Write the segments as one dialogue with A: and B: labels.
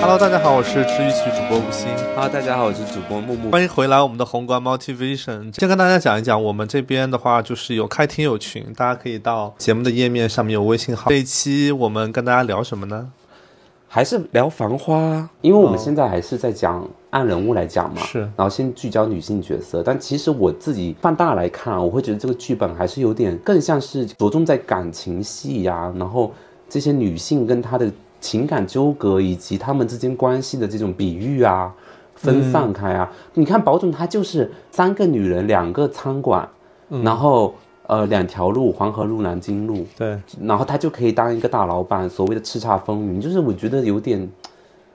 A: Hello，大家好，我是治愈系主播吴昕，
B: 哈，大家好，我是主播木木。
A: 欢迎回来我们的宏观 Motivation。先跟大家讲一讲，我们这边的话就是有开听友群，大家可以到节目的页面上面有微信号。这一期我们跟大家聊什么呢？
B: 还是聊繁花啊，因为我们现在还是在讲按人物来讲嘛，
A: 是
B: 然后先聚焦女性角色，但其实我自己放大来看啊，我会觉得这个剧本还是有点更像是着重在感情戏呀、然后这些女性跟她的情感纠葛以及她们之间关系的这种比喻啊，分散开啊。你看保总他就是三个女人，两个餐馆，然后呃两条路，黄河路、南京路，
A: 对，
B: 然后他就可以当一个大老板，所谓的叱咤风云，就是我觉得有点，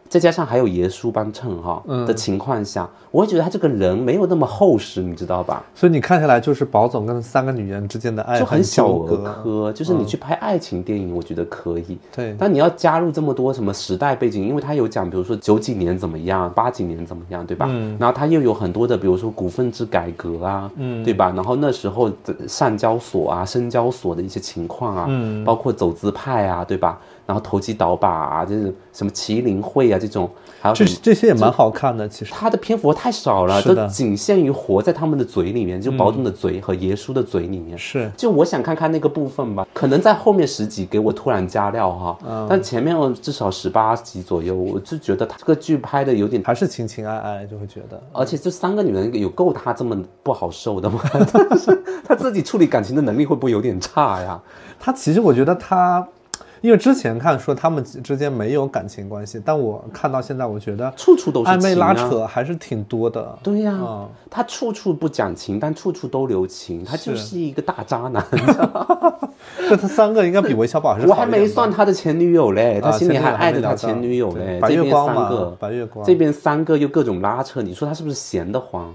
B: 再加上还有爷叔帮衬哈、的情况下，我会觉得他这个人没有那么厚实，你知道吧？
A: 所以你看下来就是宝总跟三个女人之间的爱
B: 就很
A: 恨
B: 小嗯
A: 纠
B: 儿
A: 葛，
B: 科，就是你去拍爱情电影，我觉得可以。
A: 对，
B: 但你要加入这么多什么时代背景，因为他有讲，比如说九几年怎么样，八几年怎么样，对吧？然后他又有很多的，比如说股份制改革啊，嗯，对吧？然后那时候的上交所啊、深交所的一些情况啊，嗯，包括走资派啊，对吧？然后投机倒把啊，就是什么麒麟会啊这种，还有什
A: 这
B: 么
A: 这些也蛮好看的，其实。
B: 他的篇幅太少了，
A: 是
B: 都
A: 的
B: 仅限于活在他们的嘴里面，就保总的嘴和爷叔的嘴里面。
A: 是，
B: 就我想看看那个部分吧，可能在后面十集给我突然加料哈，
A: 嗯
B: 但前面我至少十八集左右，我就觉得他这个剧拍的有点，
A: 还是情情爱爱，就会觉得
B: 而且这三个女人有够他这么不好受的吗？但是 他自己处理感情的能力会不会有点差呀？
A: 他其实我觉得他，因为之前看说他们之间没有感情关系，但我看到现在，我觉得
B: 处处都是
A: 暧昧
B: 情
A: 拉
B: 啊
A: 扯还是挺多的。
B: 对呀、
A: 嗯
B: 他处处不讲情，但处处都留情，他就是一个大渣 男。
A: 就他三个应该比韦小宝还是
B: 我
A: 好
B: 还
A: 一点
B: 没
A: 吧
B: 算他的前女友嘞，他
A: 啊
B: 心里
A: 前女
B: 还
A: 友哎
B: 爱
A: 没
B: 着他
A: 聊
B: 前
A: 到
B: 女友
A: 对
B: 嘞，
A: 白
B: 这
A: 月
B: 边
A: 光
B: 三
A: 嘛
B: 个，，
A: 白月光
B: 这边三个又各种拉扯，你说他是不是闲 得慌？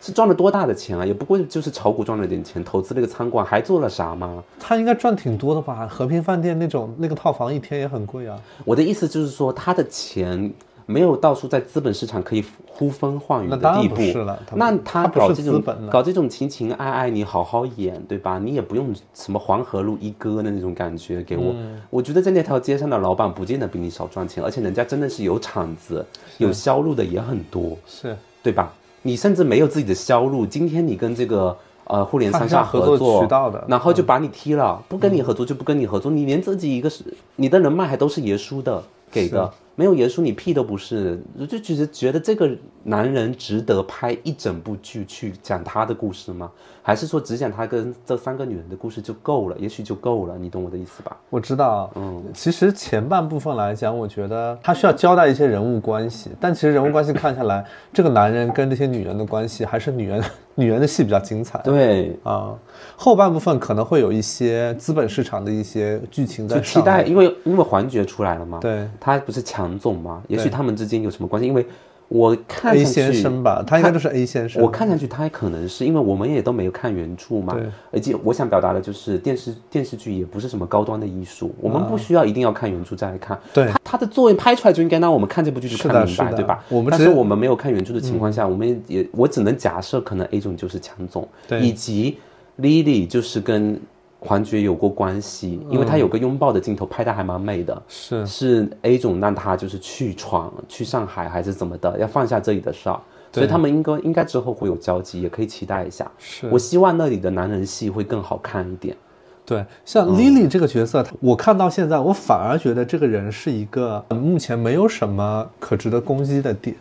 B: 是赚了多大的钱啊？也不过就是炒股赚了点钱，投资那个餐馆还做了啥吗？
A: 他应该赚挺多的吧？和平饭店那种那个套房一天也很贵啊。
B: 我的意思就是说，他的钱没有到处在资本市场可以呼风唤雨的
A: 那当然
B: 地
A: 不
B: 步。
A: 是了他
B: 那
A: 不
B: 他
A: 他不
B: 搞
A: 是
B: 这
A: 资
B: 种
A: 本了
B: 搞这种情情爱爱，你好好演对吧？你也不用什么黄河路一哥的那种感觉给我。
A: 嗯
B: 我觉得在那条街上的老板不见得比你少赚钱，而且人家真的是有厂子，有销路的也很多。
A: 是，
B: 对吧？你甚至没有自己的销路，今天你跟这个呃互联
A: 它
B: 三
A: 是要
B: 下
A: 合
B: 合
A: 作渠道的嗯
B: 然后就把你踢了，不跟你合作就不跟你合作，你连自己一个是你的人脉还都是爷叔的给的，没有爷叔你屁都不是，我就觉得觉得这个男人值得拍一整部剧去讲他的故事吗？还是说只讲他跟这三个女人的故事就够了？也许就够了，你懂我的意思吧？
A: 我知道。嗯，其实前半部分来讲，我觉得他需要交代一些人物关系，但其实人物关系看下来，这个男人跟这些女人的关系，还是女人 女人的戏比较精彩。
B: 对，
A: 啊，后半部分可能会有一些资本市场的一些剧情在
B: 就期
A: 上
B: 待，
A: 面。
B: 因为因为环觉出来了嘛，
A: 对
B: 他不是强总吗？也许
A: 对
B: 他们之间有什么关系？因为我看
A: A
B: 上去
A: 先生吧，他应该就是 A 先生。
B: 我看上去他可能是因为我们也都没有看原著嘛
A: 对，
B: 而且我想表达的就是电视电视剧也不是什么高端的艺术，我们不需要一定要看原著再来看。
A: 啊对
B: 它，它的作用拍出来就应该让我们看这部剧就是看
A: 的
B: 明
A: 是嗯
B: 白，
A: 的
B: 对吧？
A: 我们
B: 但
A: 直
B: 是
A: 接
B: 我们没有看原著的情况下，我们也我只能假设可能 A 总就是强总，
A: 对
B: 以及 Lily 就是跟黄觉有过关系，因
A: 嗯
B: 为他有个拥抱的镜头拍的还蛮美的。
A: 是
B: 是 A 总让他就是去闯去上海还是怎么的，要放下这里的事儿，所以他们应该应该之后会有交集，也可以期待一下。
A: 是
B: 我希望那里的男人戏会更好看一点。
A: 对，像 Lily 这个角色，她我看到现在，我反而觉得这个人是一个呃目前没有什么可值得攻击的点，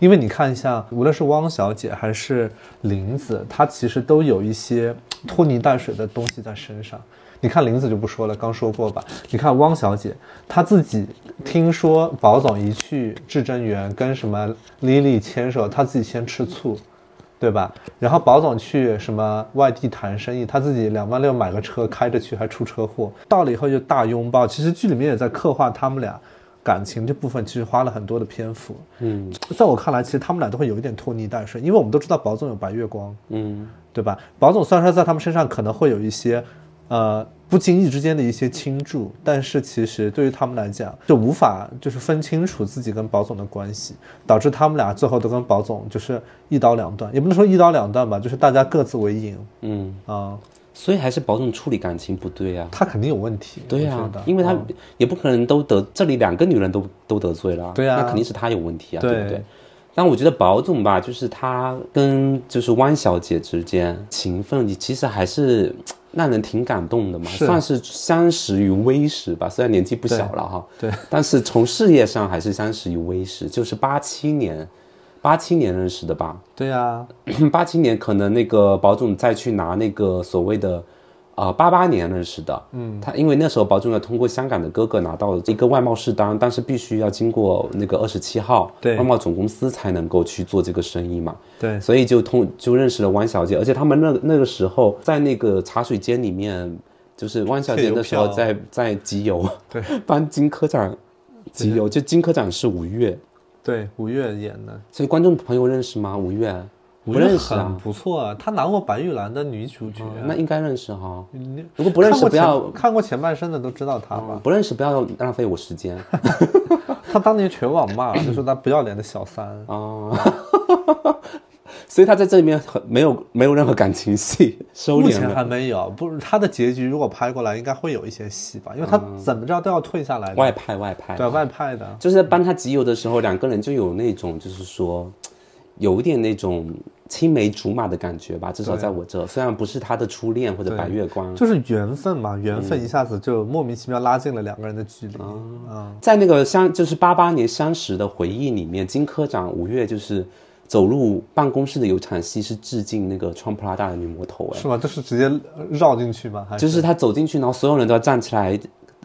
A: 因为你看一下，无论是汪小姐还是林子，她其实都有一些呃拖泥带水的东西在身上。你看林子就不说了，刚说过吧。你看汪小姐，她自己听说保总一去至臻园跟什么 Lily 牵手，她自己先吃醋，对吧？然后保总去什么外地谈生意，他自己两万六买个车开着去，还出车祸，到了以后就大拥抱。其实剧里面也在刻画他们俩感情这部分，其实花了很多的篇幅。
B: 嗯
A: 在我看来，其实他们俩都会有一点拖泥带水，因为我们都知道保总有白月光，
B: 嗯，
A: 对吧？保总虽然说在他们身上可能会有一些，呃，不经意之间的一些倾注，但是其实对于他们来讲，就无法就是分清楚自己跟宝总的关系，导致他们俩最后都跟宝总就是一刀两断，也不能说一刀两断吧，就是大家各自为营
B: 嗯，
A: 啊、
B: 所以还是保总处理感情不对啊。
A: 他肯定有问题，
B: 对
A: 我
B: 啊
A: 觉得，
B: 因为他
A: 嗯
B: 也不可能都得这里两个女人都都得罪了，
A: 对啊
B: 那肯定是他有问题啊，
A: 对
B: 对不对？但我觉得宝总吧，就是他跟就是汪小姐之间情分，其实还是嘖让人挺感动的嘛，
A: 是
B: 算是相识于微时吧，虽然年纪不小了哈，
A: 对对
B: 但是从事业上还是相识于微时，就是八七年，八七年认识的吧，
A: 对啊，
B: 八七年可能那个保总再去拿那个所谓的，啊八八年认识的，嗯，他因为那时候保总要通过香港的哥哥拿到一个外贸试单，但是必须要经过那个二十七号
A: 对
B: 外贸总公司才能够去做这个生意嘛，
A: 对
B: 所以就通就认识了汪小姐，而且他们那那个时候在那个茶水间里面，就是汪小姐那时候
A: 贴邮票
B: 在在集邮，
A: 对，
B: 帮金科长集邮，就金科长是五月，
A: 对，吴越演的，
B: 所以观众朋友认识吗？五月。
A: 吴
B: 不
A: 越
B: 认识啊
A: 很，不错啊，他拿过白玉兰的女主角，
B: 那应该认识哈。
A: 你
B: 如果不认识，不
A: 看
B: 要
A: 过前看过前半生的都知道他吧？
B: 不认识，不要浪费我时间
A: 他当年全网骂，就说他不要脸的小三。
B: 哦。所以他在这里面很没有没有任何感情戏，收
A: 目
B: 敛
A: 前
B: 了。
A: 还没有，不是他的结局，如果拍过来，应该会有一些戏吧？因为他怎么着都要退下来的，
B: 嗯外嗯派外派，
A: 对外派的，
B: 就是在帮他集邮的时候，两个人就有那种就是说，有一点那种青梅竹马的感觉吧，至少在我这，虽然不是他的初恋或者白月光。啊
A: 就是缘分嘛，缘
B: 嗯
A: 分一下子就莫名其妙拉近了两个人的距离。嗯，
B: 在那个相就是八八年相识的回忆里面，金科长五月就是走入办公室的有场戏是致敬那个穿 Prada 的女魔头，哎，
A: 是吗？就是直接绕进去吗？还
B: 就是他走进去，然后所有人都要站起来，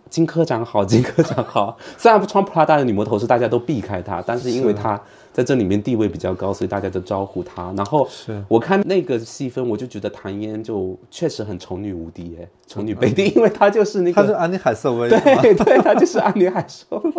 B: 金科长好，金科长好。虽然穿 Prada 的女魔头是大家都避开她，但是因为她在这里面地位比较高，所以大家都招呼她。然后
A: 是
B: 我看那个戏份，我就觉得唐嫣就确实很丑女无敌，哎，丑女贝蒂，因为她就是那
A: 他
B: 个
A: 就安妮海瑟薇，
B: 对对，他就是安妮海瑟薇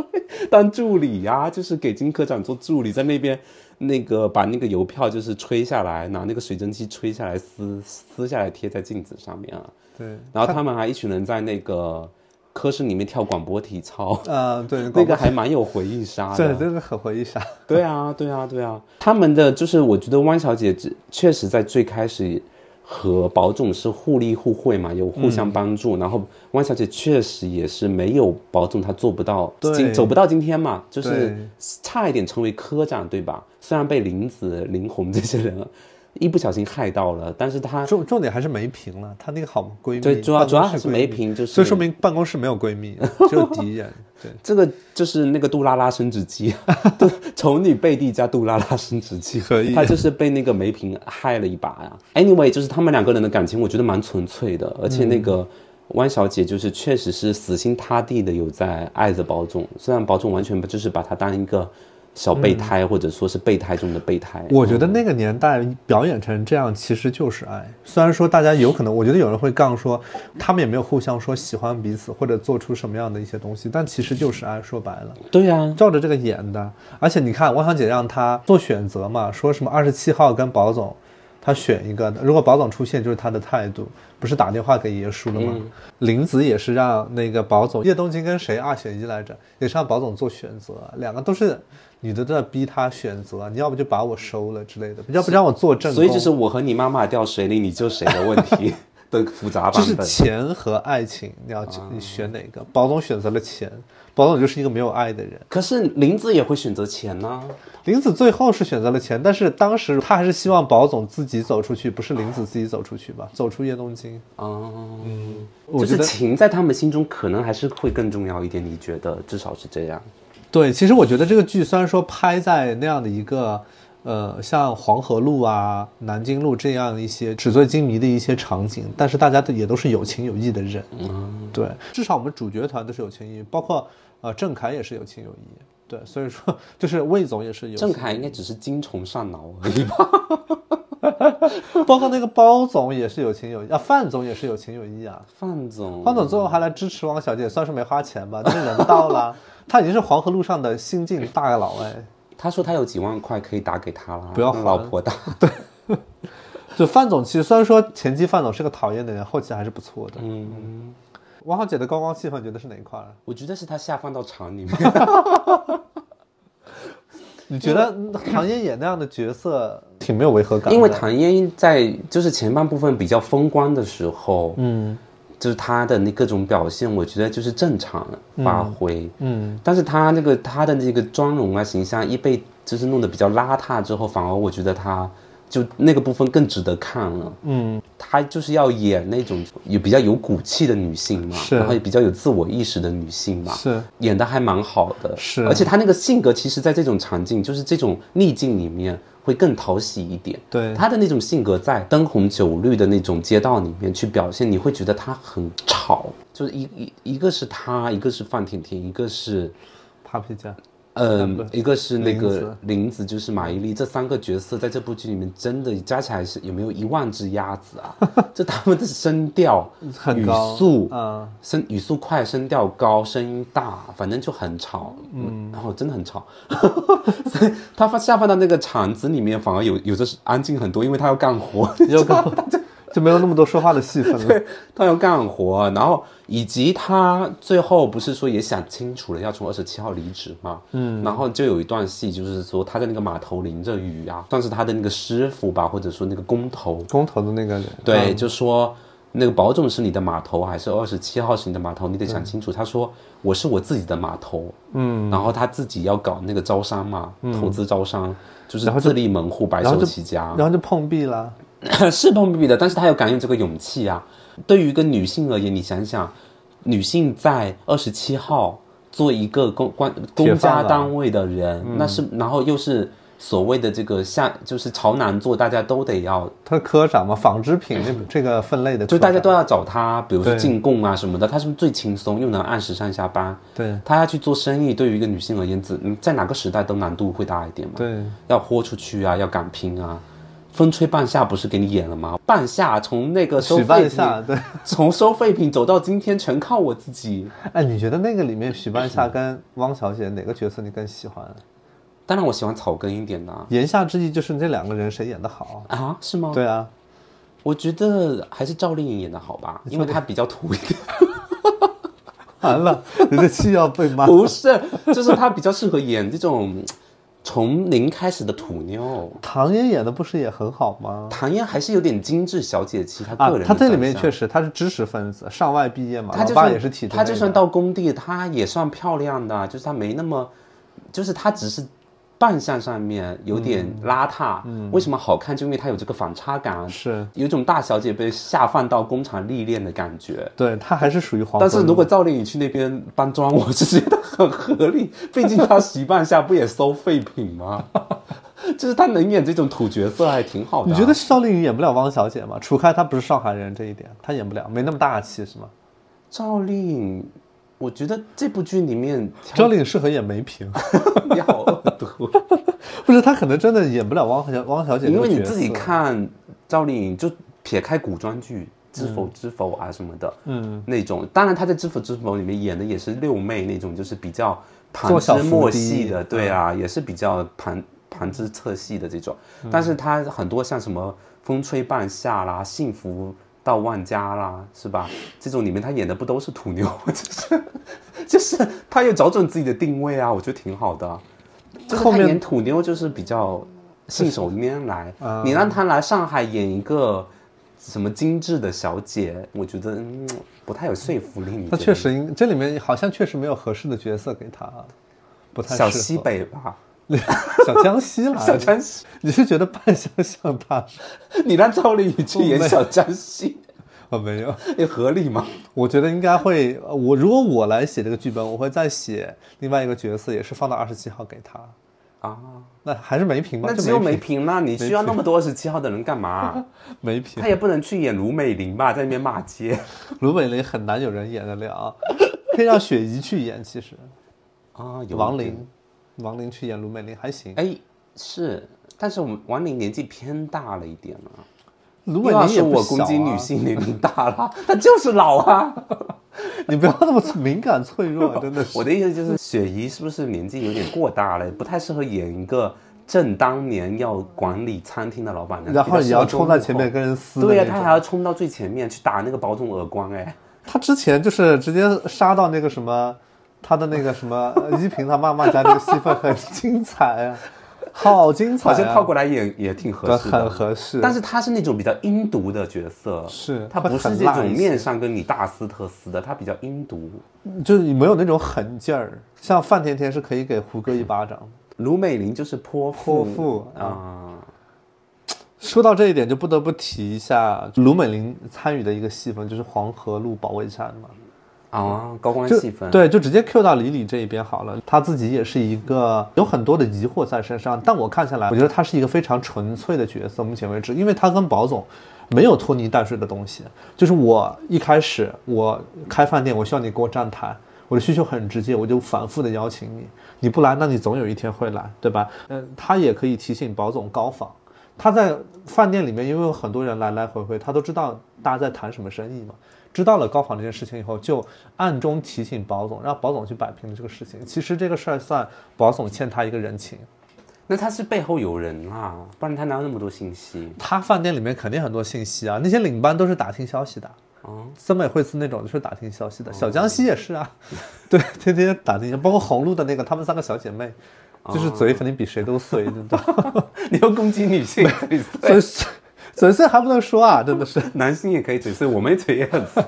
B: 当助理呀、就是给金科长做助理，在那边那个把那个邮票就是吹下来，拿那个水蒸气吹下来撕撕下来贴在镜子上面啊。
A: 对，
B: 然后他们还一群人在那个科室里面跳广播体操，
A: 啊，对，
B: 那个还蛮有回忆杀
A: 对，
B: 的。
A: 这个很回忆杀，
B: 对啊，对啊，对啊，他们的就是我觉得汪小姐只确实在最开始和保总是互利互惠嘛，有互相帮助。然后汪小姐确实也是没有保总，她做不到
A: 对
B: 今走不到今天嘛，就是
A: 对
B: 差一点成为科长，对吧？虽然被林子、林红这些人一不小心害到了，但是她
A: 重重点还是梅萍了，她那个好闺蜜，
B: 对主要
A: 办公室
B: 主要还是
A: 闺蜜
B: 梅萍，就是
A: 所以说明办公室没有闺蜜，只有敌人。对，
B: 这个就是那个杜拉拉升职记， 对丑女贝蒂加杜拉拉升职记，
A: 可以
B: 她就是被那个梅萍害了一把呀、Anyway，就是他们两个人的感情，我觉得蛮纯粹的，而且那
A: 嗯
B: 个汪小姐就是确实是死心塌地的有在爱着保总，虽然保总完全不就是把她当一个小备胎，或者说是备胎中的备胎。
A: 嗯我觉得那个年代表演成这样，其实就是爱。虽然说大家有可能，我觉得有人会杠说，他们也没有互相说喜欢彼此或者做出什么样的一些东西，但其实就是爱。说白了，
B: 对啊，
A: 照着这个演的。而且你看，汪小姐让她做选择嘛，说什么二十七号跟保总，她选一个。如果保总出现，就是她的态度，不是打电话给爷叔了吗？林子也是让那个保总，叶东京跟谁二选一来着？也是让保总做选择，两个都是女的都在逼他选择，你要不就把我收了之类的，要不让我做正
B: 所
A: 宫。
B: 以就是我和你妈妈掉水里，你救谁的问题的复 杂
A: 就
B: 版
A: 是
B: 本。
A: 钱和爱情，你要你选哪个？保总选择了钱，保总就是一个没有爱的人。
B: 可是林子也会选择钱啊呢、
A: 林子最后是选择了钱，但是当时他还是希望保总自己走出去，不是林子自己走出去吧？走出叶东京，
B: 哦，
A: 我
B: 就
A: 觉
B: 是
A: 得
B: 情在他们心中可能还是会更重要一点，你觉得？至少是这样。
A: 对。其实我觉得这个剧虽然说拍在那样的一个，呃，像黄河路啊、南京路这样一些纸醉金迷的一些场景，但是大家都也都是有情有义的人，嗯，对。至少我们主角团都是有情有义，包括呃郑恺也是有情有义，对。所以说， 就是魏总也是有情
B: 郑恺应该只是精虫上脑而已吧？
A: 包括那个包总也是有情有义啊，范总也是有情有义啊。
B: 范总，
A: 黄总最后还来支持汪小姐，算是没花钱吧，但是人到 了，他已经是黄河路上的新晋大佬哎。
B: 他说他有几万块可以打给他了，
A: 不要
B: 让
A: 还
B: 老婆打。
A: 就范总，其实虽然说前期范总是个讨厌的人，后期还是不错的。
B: 嗯，
A: 王浩姐的高光气氛，你觉得是哪一块儿？啊
B: 我觉得是他下放到厂里面，
A: 你觉得唐嫣演那样的角色 挺没有违和感的？
B: 因为唐嫣在就是前半部分比较风光的时候，
A: 嗯
B: 就是她的那各种表现，我觉得就是正常发挥。
A: 嗯
B: 但是她那个她的那个妆容啊形象一被就是弄得比较邋遢之后，反而我觉得她就那个部分更值得看了。
A: 嗯
B: 她就是要演那种也比较有骨气的女性嘛，
A: 是
B: 然后也比较有自我意识的女性嘛，
A: 是
B: 演的还蛮好的。
A: 是
B: 而且她那个性格其实，在这种场景就是这种逆境里面会更讨喜一点。
A: 对
B: 他的那种性格在灯红酒绿的那种街道里面去表现，你会觉得他很吵，就是一一一个是他，一个是范甜甜，一个是
A: ，Papi 酱，
B: 嗯、
A: 不是
B: 一个是那
A: 林
B: 个
A: 子
B: 林子，就是马伊琍，这三个角色在这部剧里面真的加起来是有没有一万只鸭子啊？ 就他们的声调、
A: 很
B: 语
A: 高
B: 速、
A: 嗯
B: 声语速快，声调高，声音大，反正就很吵，嗯，然后真的很吵， 所以他放下放到那个场子里面，反而有有的是安静很多，因为他要干活，
A: 有个 就没有那么多说话的戏份了。
B: 他要干活，然后以及他最后不是说也想清楚了要从二十七号离职嘛，嗯，然后就有一段戏就是说他在那个码头淋着雨啊，算是他的那个师傅吧，或者说那个工头，
A: 工头的那个人，
B: 对，就说那个保总是你的码头还是二十七号是你的码头，你得想清楚。
A: 嗯
B: 他说我是我自己的码头，嗯，然后他自己要搞那个招商嘛，投资招商就
A: 嗯
B: 是
A: 然后就
B: 自立门户，白
A: 然后
B: 手
A: 就
B: 起家
A: 然，后就碰壁了。
B: 是碰壁的，但是他有敢有这个勇气啊。对于一个女性而言，你想想，女性在二十七号做一个公关
A: 铁
B: 公
A: 饭
B: 家
A: 碗
B: 单位的人，
A: 嗯
B: 那是然后又是所谓的这个下就是朝南做，大家都得要
A: 他是科长嘛，纺织 品这这个分类的科
B: 就
A: 长，
B: 大家都要找他，比如说
A: 对
B: 进贡啊什么的，他是不是最轻松，又能按时上下班？
A: 对
B: 他要去做生意，对于一个女性而言，自嗯在哪个时代都难度会大一点嘛。
A: 对
B: 要豁出去啊，要敢拼啊！风吹半夏不是给你演了吗？半夏从那个收
A: 许
B: 废
A: 半
B: 品，
A: 夏，对。
B: 从收废品走到今天，全靠我自己。
A: 哎，你觉得那个里面许半夏跟汪小姐哪个角色你更喜欢？
B: 当然，我喜欢草根一点的啊
A: 言下之意就是这两个人谁演的好？
B: 啊，是吗？
A: 对啊，
B: 我觉得还是赵丽颖演的好吧，因为她比较土一点。
A: 完 了，你这期要被骂。
B: 不是，就是她比较适合演这种从零开始的土妞。
A: 唐嫣演的不是也很好吗？
B: 唐嫣还是有点精致小姐气，她
A: 啊
B: 个人、，
A: 她这里面
B: 实，
A: 确实她是知识分子，上外毕业嘛，
B: 她
A: 老
B: 就
A: 爸
B: 算
A: 也是体制内
B: 她
A: 的，
B: 就算到工地，她也算漂亮的，啊就是她没那么，就是她只是扮相上面有点邋遢。为什么好看？就因为她有这个反差感，
A: 嗯
B: 啊
A: 是
B: 有一种大小姐被下放到工厂历练的感觉。
A: 对她还是属于黄昏
B: 但
A: 路。
B: 是如果赵丽颖去那边搬砖， 我是觉得很合理，毕竟她习半夏不也收废品吗？ 就是她能演这种土角色还挺好的啊、
A: 你觉得赵丽颖演不了汪小姐吗？除开她不是上海人这一点，她演不了，没那么大气是吗？
B: 赵丽颖，我觉得这部剧里面
A: 赵
B: 挑
A: 丽颖适合演梅萍，
B: 你好恶毒，
A: 不是她可能真的演不了汪小汪小姐这
B: 因
A: 个角
B: 为
A: 色。
B: 你自己看赵丽颖，就撇开古装剧《知否知否》啊什么的，
A: 嗯，
B: 那种，当然她在《知否知否》里面演的也是六妹那种，就是比较旁
A: 做小
B: 枝
A: 伏
B: 末
A: 低嗯
B: 系的，对啊，也是比较旁旁枝侧系的这种。但是她很多像什么《风吹半夏》啦，《幸福到万家》啦，是吧？这种里面她演的不都是土妞， 就是就是她又找准自己的定位啊，我觉得挺好的啊。就是
A: 后
B: 她
A: 面
B: 演土妞就是比较信手 拈来，
A: 啊
B: 你让她来上海演一个。什么精致的小姐，我觉得、嗯、不太有说服力。你
A: 她
B: 觉得
A: 确实应这里面好像确实没有合适的角色给她，不太
B: 小
A: 适合啊
B: 西北 吧，
A: 小江西啦，
B: 小江西，
A: 你是觉得扮相像她？
B: 你让赵丽颖去演小江 西，
A: 我哦没有。
B: 你合理吗？
A: 我觉得应该会，呃我如果我来写这个剧本，我会再写另外一个角色，也是放到二十七号给他。
B: 啊，
A: 那还是梅萍吧，
B: 那
A: 就
B: 只有梅
A: 梅
B: 萍啦，你需要那么多二十七号的人 干嘛？
A: 萍梅萍
B: 她，也不能去演卢美玲吧，在那边骂 街
A: 卢美玲很难有人演得了，可以让雪姨去演，其实
B: 啊。有
A: 王
B: 一点，
A: 玲，王玲去演卢美玲还行，
B: 哎，是，但是我们王玲年纪偏大了一点了。
A: 卢
B: 又
A: 美
B: 要
A: 玲也
B: 说
A: 不
B: 我
A: 小
B: 攻击女
A: 啊，
B: 性年龄大 了，她就是老啊。
A: 你不要那么敏感脆弱，真的是。
B: 我的意思就是，雪姨是不是年纪有点过大了，不太适合演一个正当年要管理餐厅的老板娘，
A: 然后也要冲在前面
B: 比较适合做
A: 跟人
B: 幕
A: 撕
B: 后。
A: 的
B: 哦对呀、
A: 那
B: 她
A: 种啊
B: 还要冲到最前面去打那个保总耳光，哎，
A: 他之前就是直接杀到那个什么，他的那个什么呃依萍他妈妈家那个戏份很精彩啊，好精彩、
B: 好
A: 啊，
B: 像靠过来也也挺合
A: 对
B: 适的，
A: 很合适
B: 但是他是那种比较阴毒的角色，
A: 是
B: 他不是
A: 很
B: 这
A: 辣
B: 种
A: 一些
B: 面上跟你大撕特撕的，他比较阴毒。
A: 就是没有那种狠劲儿。像范甜甜是可以给胡歌一巴掌的。
B: 卢美玲就是泼
A: 泼
B: 妇，
A: 妇
B: 啊，
A: 说到这一点，就不得不提一下卢美玲参与的一个戏份，就是黄河路保卫战嘛。
B: 啊，高光
A: 就
B: 戏份，，
A: 对，就直接 Q 到李李这一边好了。她自己也是一个有很多的疑惑在身上，但我看下来，我觉得她是一个非常纯粹的角色。目前为止，因为她跟宝总没有拖泥带水的东西。就是我一开始我开饭店，我需要你给我站台，我的需求很直接，我就反复的邀请你，你不来，那你总有一天会来，对吧？嗯，她也可以提醒宝总高仿。他在饭店里面，因为有很多人来来回回，他都知道大家在谈什么生意嘛。知道了高仿这件事情以后，就暗中提醒保总，让保总去摆平了这个事情。其实这个事儿算保总欠他一个人情。
B: 那他是背后有人啊，不然他哪有那么多信息？
A: 他饭店里面肯定很多信息啊，那些领班都是打听消息的。
B: 哦，
A: 森美惠子那种就是打听消息的，小江西也是啊， 对，天天打听，包括红露的那个，她们三个小姐妹，就是嘴肯定比谁都碎，真的，
B: 你要攻击女性，嘴
A: 嘴
B: 碎，
A: 碎嘴碎还不能说啊，真的是。
B: 男性也可以嘴碎，我们嘴也很碎。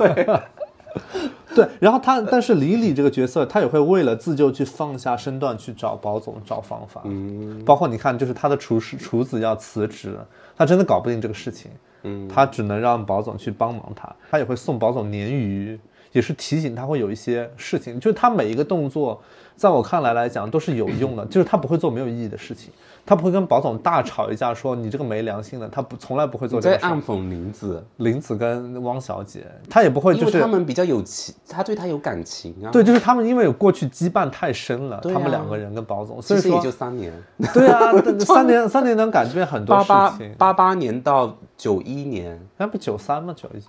A: 对，然后他，但是李李这个角色，他也会为了自救去放下身段，去找保总找方法。嗯，包括你看，就是他的厨师厨子要辞职了，他真的搞不定这个事情。嗯，他只能让保总去帮忙他，他也会送保总鲶鱼，也是提醒他会有一些事情。就是他每一个动作，在我看来来讲都是有用的，就是他不会做没有意义的事情，他不会跟保总大吵一架说你这个没良心的，他不从来不会做
B: 我
A: 这
B: 在
A: 个事。
B: 暗讽林子，
A: 林子跟汪小姐，他也不会
B: 因
A: 就
B: 为
A: 是
B: 他们比较有情，他对他有感情啊。
A: 对，就是他们因为有过去羁绊太深了，
B: 对啊
A: 他们两个人跟保总，所
B: 其
A: 以
B: 实也
A: 说
B: 就三年，
A: 对 啊，但三年三年能改变很多
B: 八
A: 事
B: 八
A: 情。
B: 八八年到九一年，
A: 那不九三吗？九一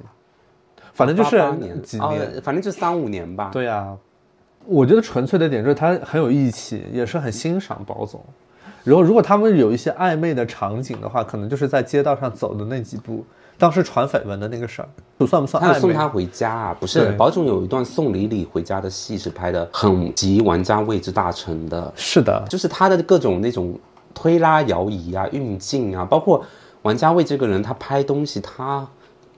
A: 反正就
B: 88
A: 是
B: 年
A: 几年。
B: 哦反正就三五年吧。
A: 对啊，我觉得纯粹的点就是他很有义气，也是很欣赏保总。然后，如果他们有一些暧昧的场景的话，可能就是在街道上走的那几步，当时传绯闻的那个事儿，不算不算
B: 他有
A: 暧
B: 送
A: 昧？
B: 他回家啊，不是
A: 对
B: 保总有一段送李李回家的戏是拍的很集玩家位置大成的，
A: 是 的，
B: 就是他的各种那种推拉摇移啊、运镜啊，包括王家卫这个人，他拍东西他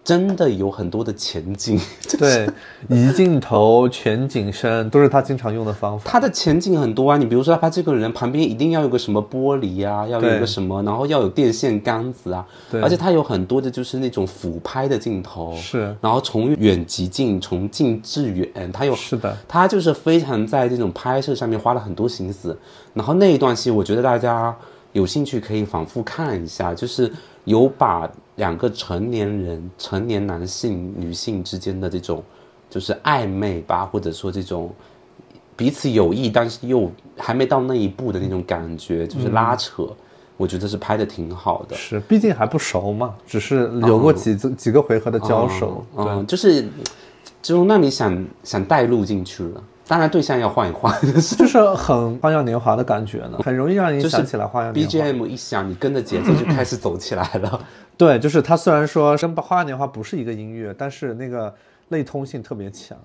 B: 真的有很多的前景，
A: 对，移镜头、全景声都是他经常用的方法。
B: 他的前景很多啊。你比如说他拍这个人旁边一定要有个什么玻璃啊，要有一
A: 对
B: 个什么，然后要有电线杆子啊，
A: 对
B: 而且他有很多的就是那种俯拍的镜头，
A: 是
B: 然后从远及近，从近至远，他有
A: 是的，
B: 他就是非常在这种拍摄上面花了很多心思。然后那一段戏，我觉得大家有兴趣可以反复看一下，就是有把两个成年人、成年男性、女性之间的这种就是暧昧吧，或者说这种彼此有意，但是又还没到那一步的那种感觉，就是拉扯，我觉得是拍的挺好的。
A: 是，毕竟还不熟嘛，只是有
B: 哦
A: 过几次、几个回合的交手。
B: 嗯，就是就让你想想带入进去了。当然，对象要换一换，就是
A: 对，就是很《花样年华》的感觉呢，很容易让人
B: 就是
A: 想起来《花样年华》
B: BGM 一响，你跟着节奏就开始走起来 了。
A: 对，就是它虽然说跟《花样年华》不是一个音乐，但是那个类通性特别强。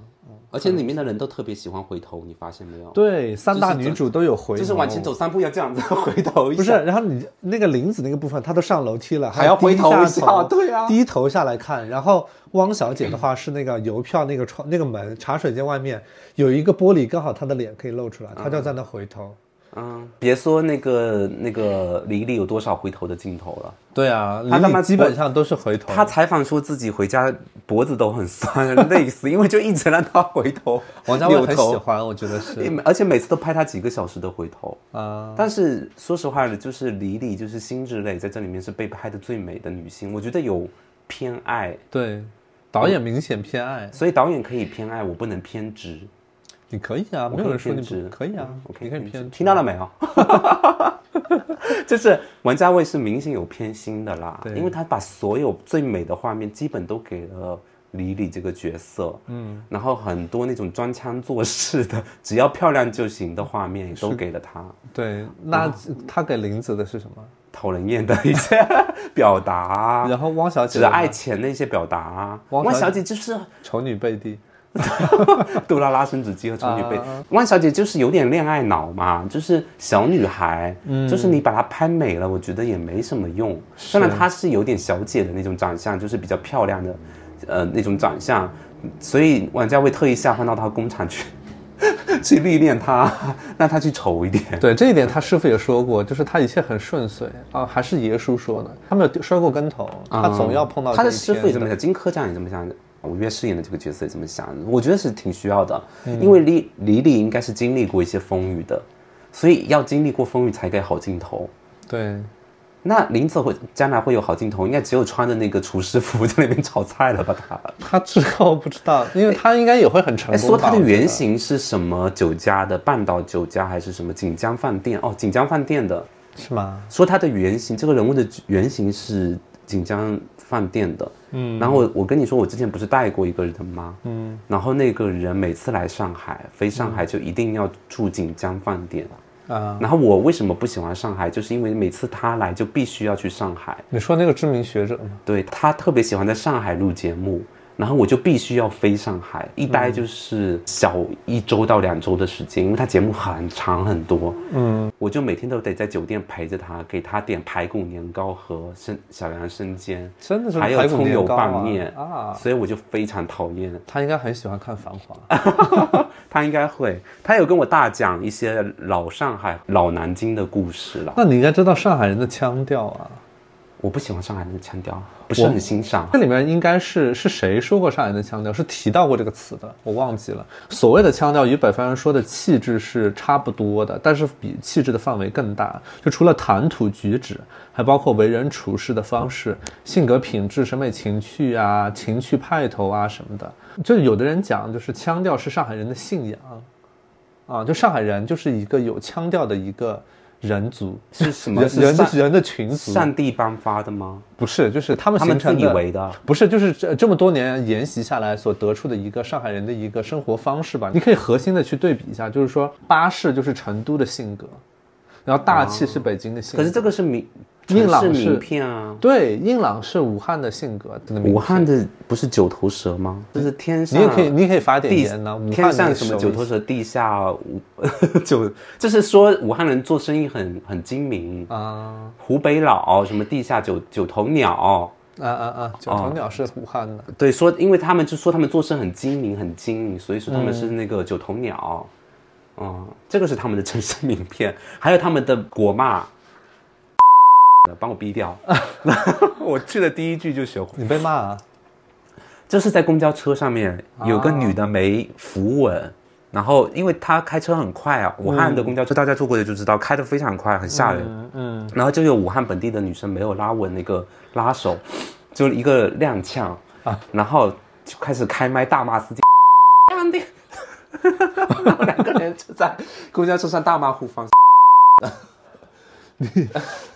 B: 而且里面的人都特别喜欢回头，你发现没有？，
A: 对，三大
B: 就是
A: 女主都有回头，
B: 就是往前走三步要这样子 回头一
A: 不是，
B: 下，
A: 然后你那个林子那个部分，她都上楼梯了，
B: 还要回头
A: 低
B: 一
A: 下
B: 下，
A: 头
B: 对啊。
A: 低头下来看，然后汪小姐的话是那个邮票那个窗那个门茶水间外面有一个玻璃，刚好她的脸可以露出来，她就在那回头。
B: 嗯，别说那个那个李李有多少回头的镜头了，
A: 对啊，
B: 他
A: 李
B: 他
A: 李
B: 妈
A: 基本上都是回头。
B: 她采访说自己回家脖子都很酸， 累死，因为就一直让她 回头，
A: 王家卫
B: 扭
A: 很喜
B: 头，
A: 欢，我觉得是
B: 而且每次都拍她几个小时的回头。
A: 啊，
B: 但是说实话的，就是李李就是心之类，在这里面是被拍的最美的女性，我觉得有偏爱，
A: 对，导演明显偏爱，
B: 所以导演可以偏爱，我不能偏执。
A: 你可以啊，
B: 我
A: 没有人说你
B: 可以偏
A: 不
B: 执嗯
A: 可以啊，
B: 我可以
A: 你可以
B: 偏
A: 偏
B: 执，听到了没有？ 就是王家卫是明显有偏心的啦，
A: 对
B: 因为他把所有最美的画面基本都给了李李这个角色，嗯，然后很多那种装腔作势的，只要漂亮就行的画面也都给了他，
A: 对，
B: 嗯
A: 那他给林子的是什么？
B: 讨人厌的一些 表达，
A: 然后汪小姐
B: 啊只
A: 的
B: 爱钱的一些表达。
A: 汪
B: 汪
A: 小
B: 小姐就是
A: 丑女贝蒂，
B: 杜拉拉升职记和丑女杯
A: 啊，
B: 汪小姐就是有点恋爱脑嘛，就是小女孩，就是你把她拍美了，我觉得也没什么用。虽然她是有点小姐的那种长相，就是比较漂亮的，呃，那种长相，所以玩家会特意下放到她工厂去， 去历练她， 让她去丑一点。
A: 对这一点，他师傅也说过，就是他一切很顺遂啊，还是爷叔说的，他没有摔过跟头，他总要碰到
B: 啊嗯他
A: 这
B: 的
A: 一
B: 师
A: 天
B: 傅也这么
A: 的
B: 想，金科长也这么想，呃吴越饰演的这个角色也这么想，我觉得是挺需要的，
A: 嗯
B: 因为李李李应该是经历过一些风雨的，所以要经历过风雨才给好镜头。
A: 对，
B: 那林子会将来会有好镜头，应该只有穿着那个厨师服 在那边炒菜了吧？他，
A: 他之后不知道，因为他应该也会很成
B: 哎，
A: 功吧。
B: 说他的
A: 我觉得
B: 原型是什么酒家的？半岛酒家还是什么锦江饭店？哦，锦江饭店的。
A: 是吗？
B: 说他的原型，这个人物的原型是锦江饭店的。嗯，然后我我跟你说，我之前不是带过一个人吗？嗯，然后那个人每次来上海，飞上海就一定要住锦江饭店。
A: 啊，
B: 然后我为什么不喜欢上海，就是因为每次他来就必须要去上海。
A: 你说那个知名学者吗？
B: 对他特别喜欢在上海录节目，然后我就必须要飞上海，一待
A: 嗯
B: 就是小一周到两周的时间，因为他节目很长很多，嗯，我就每天都得在酒店陪着他，给他点排骨年糕和生小羊生煎，
A: 真的是
B: 还有
A: 排骨
B: 葱
A: 年
B: 油
A: 糕啊
B: 拌面
A: 啊，
B: 所以我就非常讨厌
A: 他应该很喜欢看《繁华》
B: 他，应该会，他有跟我大讲一些老上海、老南京的故事了，
A: 那你应该知道上海人的腔调啊。
B: 我不喜欢上海人的腔调，不是很 欣赏。
A: 这里面应该是是谁说过上海人的腔调？是提到过这个词的，我忘记了。所谓的腔调与北方人说的气质是差不多的，但是比气质的范围更大，就除了谈吐举止，还包括为人处事的方式、性格品质、审美情趣啊、情趣派头啊什么的。就有的人讲，就是腔调是上海人的信仰，啊，就上海人就是一个有腔调的一个人族，
B: 是什么？
A: 人
B: 是
A: 人的
B: 上
A: 人的群族，
B: 上帝颁发的吗？
A: 不是，就是他们
B: 他们
A: 形成
B: 自以
A: 的。
B: 为的。啊
A: 不是，就是这这么多年沿袭下来所得出的一个上海人的一个生活方式吧。你可以核心的去对比一下，就是说巴士就是成都的性格，然后大气是北京的性格。
B: 哦可是这个是名，
A: 硬朗
B: 是
A: 是
B: 名片啊。
A: 对，硬朗是武汉的性格，真的没
B: 武汉的不是九头蛇吗？就是天
A: 你
B: 上，
A: 也可以，你也可以发点
B: 地
A: 言呢。武汉
B: 天
A: 你
B: 上
A: 也
B: 什么
A: 熟
B: 九
A: 一
B: 头蛇，地下五 九，就是说武汉人做生意很很精明。
A: 啊
B: 湖北佬什么地下九九头鸟，
A: 啊啊啊！九
B: 哦
A: 头鸟是武汉的，
B: 对，说因为他们就说他们做事很精明，很精明，所以说他们是那个九头鸟。嗯，这个是他们的城市名片，还有他们的国骂。帮我逼掉，我去的第一句就学会。
A: 你被骂啊？
B: 就是在公交车上面有个女的没扶稳，然后因为她开车很快啊，武汉的公交车大家坐过的就知道，开得非常快，很吓人。
A: 嗯嗯，
B: 然后就有武汉本地的女生没有拉稳那个拉手，就一个踉跄啊，然后就开始开麦大骂司机，上帝， 然后两个人就在公交车上大骂互方。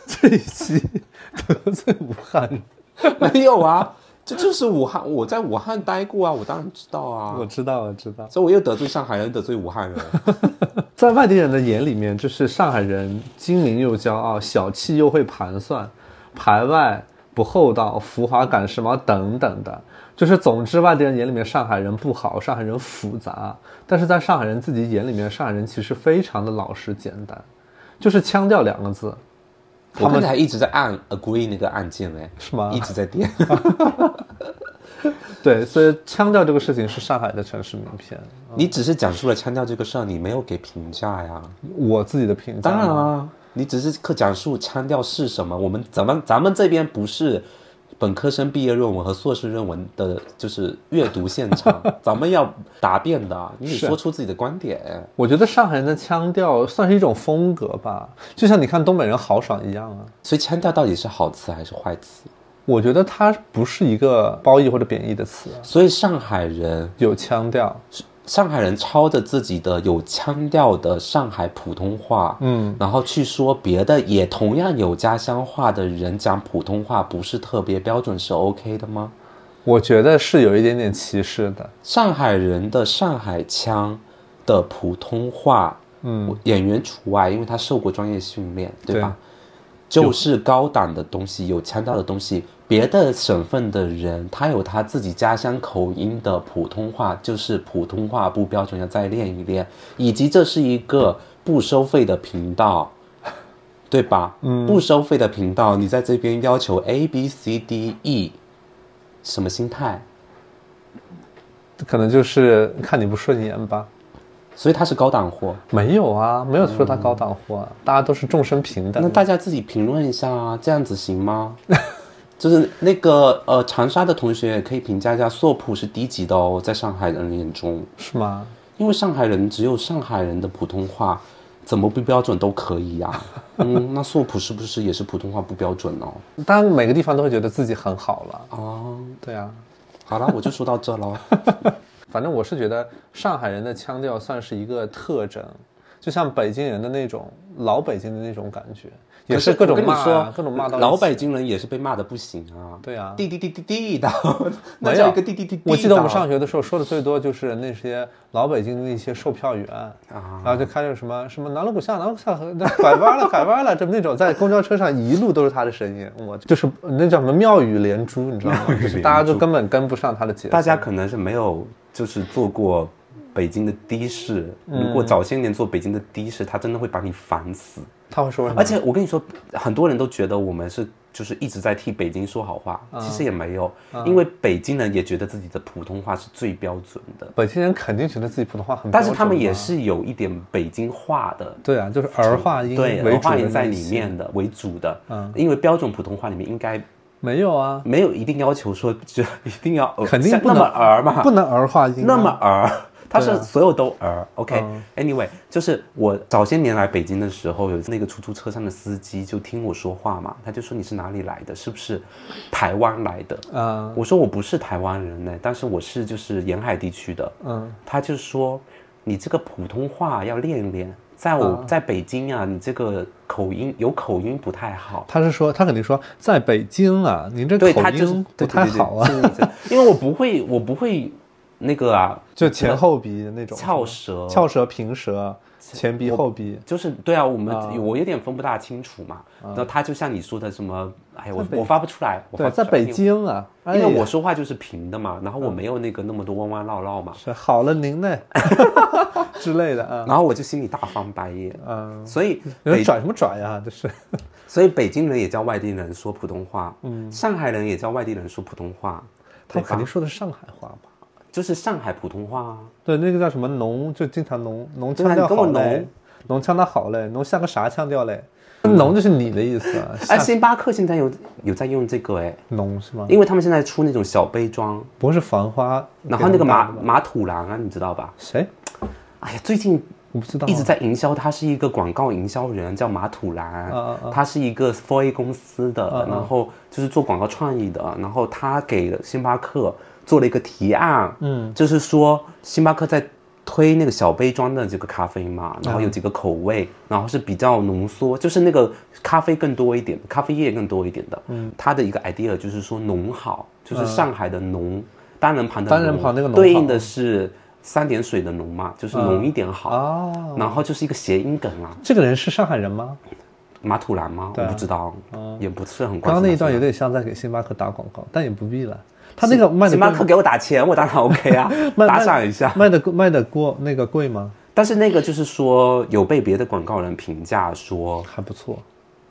A: 这一期 得罪武汉人，
B: 没有啊，这就是武汉，我在武汉待过啊，我当然知道啊，
A: 我知道，我知道。
B: 所以我又得罪上海人，得罪武汉 人。
A: 在外地人的眼里面，就是上海人精明又骄傲，小气又会盘算，排外不厚道，浮华赶时髦等等的。就是总之，外地人眼里面上海人不好，上海人复杂，但是在上海人自己眼里面，上海人其实非常的老实简单，就是腔调两个字，
B: 我刚才一直在按 agree 那个按键哎，
A: 是吗
B: 一直在点。
A: 对，所以腔调这个事情是上海的城市名片，
B: 你只是讲述了腔调这个事儿，你没有给评价呀。
A: 我自己的评价。
B: 当然啊，你只是课讲述腔调是什么。我们咱们咱们这边不是本科生毕业论文和硕士论文的，就是阅读现场，咱们要答辩的，你得说出自己的观点。
A: 我觉得上海人的腔调算是一种风格吧，就像你看东北人豪爽一样啊。
B: 所以腔调到底是好词还是坏词？
A: 我觉得它不是一个褒义或者贬义的词，
B: 所以上海人，
A: 有腔调。
B: 上海人抄着自己的有腔调的上海普通话，
A: 嗯，
B: 然后去说别的也同样有家乡话的人讲普通话不是特别标准是 OK 的吗？
A: 我觉得是有一点点歧视的。
B: 上海人的上海腔的普通话，嗯，演员除外，因为他受过专业训练，对吧？就是高档的东西，有腔调的东西。别的省份的人，他有他自己家乡口音的普通话，就是普通话不标准，要再练一练。以及这是一个不收费的频道，对吧？嗯，不收费的频道，你在这边要求 A B C D E，什么心态？
A: 可能就是看你不顺眼吧。
B: 所以它是高档货。
A: 没有啊，没有说它高档货、啊，大家都是众生平等。
B: 嗯那大家自己评论一下啊，这样子行吗？ 就是那个呃，长沙的同学也可以评价一下，索普是低级的哦，在上海人眼中，
A: 是吗？
B: 因为上海人只有上海人的普通话怎么不标准都可以 呀、嗯，那索普是不是也是普通话不标准呢、
A: 当然每个地方都会觉得自己很好了。
B: 哦，
A: 对啊，
B: 好啦，我就说到这喽。
A: 反正我是觉得上海人的腔调算是一个特征，就像北京人的那种老北京的那种感觉， 也
B: 可是
A: 各
B: 我
A: 种
B: 跟你
A: 骂啊，
B: 说，
A: 各种骂到一起
B: 老北京人也是被骂的不行啊。
A: 对啊
B: 滴滴滴滴滴的，那
A: 没
B: 叫
A: 有
B: 一个滴滴滴滴。
A: 我记得我们上学的时候说的最多就是那些老北京的那些售票员
B: 啊
A: 然后就开着什么什么南锣鼓巷，南锣鼓巷那拐弯了，拐弯了，这么那种，在公交车上一路都是他的声音，我就是那叫什么妙语连珠，你知道吗？ 就是大家就根本跟不上他的节奏
B: 大。家可能是没有就是坐过北京的的士，
A: 嗯
B: 如果早些年坐北京的的士，他真的会把你烦死。
A: 他会说什么？
B: 而且我跟你说，很多人都觉得我们是就是一直在替北京说好话，
A: 嗯
B: 其实也没有，因为北京人也觉得自己的普通话是最标准的，
A: 北京人肯定觉得自己普通话很标准嘛，
B: 但是他们也是有一点北京话的。
A: 对啊，就是儿化音
B: 对，
A: 为
B: 儿
A: 主
B: 化
A: 的
B: 音在
A: 那
B: 里
A: 些。
B: 面的为主的，嗯，因为标准普通话里面应该
A: 没有啊，
B: 没有一定要求说就一定要儿
A: 肯定
B: 像
A: 不能
B: 那么儿嘛，
A: 不能儿化音啊。
B: 那么儿， 它
A: 对
B: 是
A: 啊
B: 所有都儿。OK，Anyway，、就是我早些年来北京的时候，有那个出租车上的司机就听我说话嘛，他就说你是哪里来的？是不是台湾来的？
A: 啊，
B: 我说我不是台湾人呢、但是我是就是沿海地区的。
A: 嗯，
B: 他就说你这个普通话要练一练，在我、
A: 嗯
B: 在北京啊，你这个口音有口音不太好。
A: 他是说他肯定说在北京啊，您这
B: 对
A: 口
B: 他就是
A: 音不太好啊，，
B: 对对对对是因为我不会，我不会那个啊，
A: 就前后鼻那种
B: 翘舌，
A: 翘舌、平舌、前鼻后鼻。
B: 就是对啊，我们、我有点分不大清楚嘛。然后他就像你说的什么，哎，我我发不出来，我发
A: 啊对，
B: 不出
A: 在
B: 来
A: 北，京啊，哎
B: 因为因为
A: 呀，嗯
B: 我说话就是平的嘛，然后我没有那个那么多弯弯绕绕嘛，
A: 哎是好了您 呢之类的啊，
B: 然后我就心里大翻白眼。
A: 嗯，
B: 所以
A: 你说
B: 北，
A: 拽什么拽呀？这是
B: 所以北京人也叫外地人说普通话，嗯，上海人也叫外地人说普通话，
A: 他
B: 对
A: 们肯
B: 吧？
A: 定说的是上海话吧？
B: 就是上海普通话啊，
A: 对，那个叫什么浓，就经常浓浓
B: 对
A: 腔
B: 啊
A: 调
B: 你跟我
A: 好嘞
B: 浓，
A: 浓腔调好嘞，浓像个啥腔调嘞？浓就是你的意思啊，
B: 嗯哎，
A: 下
B: 星巴克现在有有在用这个哎，
A: 浓是吗？
B: 因为他们现在出那种小杯装，
A: 不是繁花，
B: 然后那个
A: 给他们打
B: 马
A: 的吗
B: 马土郎啊，你知道吧？
A: 谁？
B: 哎呀，最近
A: 我不知道啊，
B: 一直在营销，他是一个广告营销人，叫马土兰，
A: 啊
B: 他是一个 f o r A 公司的，然后就是做广告创意的，然后他给星巴克做了一个提案，嗯，就是说星巴克在推那个小杯装的这个咖啡嘛，然后有几个口味，然后是比较浓缩，就是那个咖啡更多一点，咖啡液更多一点的，嗯，他的一个 idea 就是说浓好，就是上海的浓，单人旁的
A: 单人
B: 浓
A: 旁那个浓嗯
B: 对
A: 好
B: 应的是三点水的浓嘛，就是浓一点好。
A: 啊，
B: 然后就是一个谐音梗啊，
A: 这个人是上海人吗？
B: 马土兰吗？我不知道，也不是很关
A: 啊哦刚
B: 心
A: 刚那一
B: 马土
A: 段
B: 兰
A: 有点像在给星巴克打广告，但也不必了。他那个卖的
B: 星巴克给我打钱，我当然 OK 啊，
A: 卖
B: 打赏一下。
A: 卖的卖的过那个贵吗？
B: 但是那个就是说有被别的广告人评价说
A: 还不错，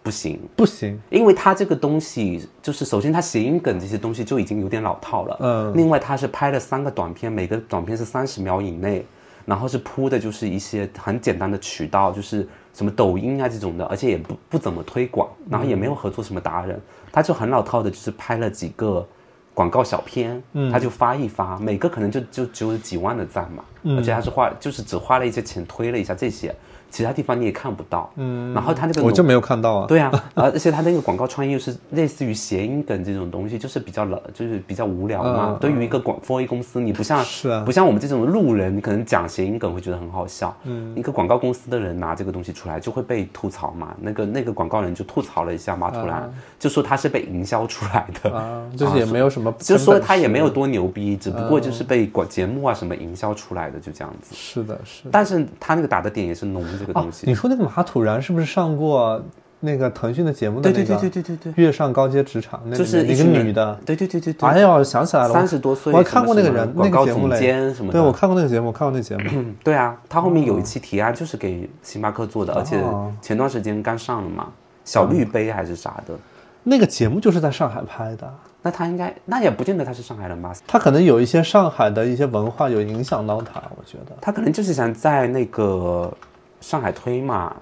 B: 不行，
A: 不行，
B: 因为它这个东西就是首先它谐音梗这些东西就已经有点老套了，
A: 嗯
B: 另外它是拍了三个短片，每个短片是三十秒以内，然后是铺的就是一些很简单的渠道，就是什么抖音啊这种的，而且也不不怎么推广，
A: 嗯
B: 然后也没有合作什么达人，他就很老套的，就是拍了几个。广告小片，
A: 嗯
B: 他就发一发，每个可能就就只有几万的赞嘛，
A: 嗯
B: 而且他是花就是只花了一些钱推了一下这些，其他地方你也看不到。嗯，然后他那个
A: 我
B: 浓
A: 就没有看到啊。
B: 对啊，而而且他那个广告创意又是类似于谐音梗这种东西，就是比较冷，就是比较无聊嘛。对于一个广 for A 公司，你不像
A: 嗯是啊
B: 不像我们这种路人，你可能讲谐音梗会觉得很好笑。嗯，一个广告公司的人拿这个东西出来，就会被吐槽嘛。那个那个广告人就吐槽了一下马土兰，就说他是被营销出来的。
A: 啊，就是也没有什么成
B: 就
A: 本，
B: 说他也没有多牛逼，只不过就是
A: 嗯
B: 被广节目啊什么营销出来的，就这样子。
A: 是的，是的。哦
B: 哦但是他那个打的点也是浓这个东西。
A: 你说那个马土然是不是上过那个腾讯的节目的那个，
B: 对对对对对对
A: 跃上高阶职场，那
B: 就是
A: 一
B: 一
A: 个
B: 群人
A: 女的，
B: 对对对对对，
A: 哎呀，我想起来了，我
B: 三十多岁，
A: 我还看过那个
B: 什么
A: 人
B: 什么
A: 那
B: 广
A: 个
B: 告
A: 节目
B: 总
A: 嘞
B: 监什么的，
A: 对我看过那个节目，我看过那个节 目，
B: 嗯，对啊，他后面有一期提案就是给星巴克做的，而且
A: 哦
B: 前段时间刚上了嘛，小绿杯还是啥的。
A: 那个节目就是在上海拍的，
B: 那他应该，那也不见得他是上海人吧？
A: 他可能有一些上海的一些文化有影响到他，我觉得。
B: 他可能就是想在那个上海推嘛，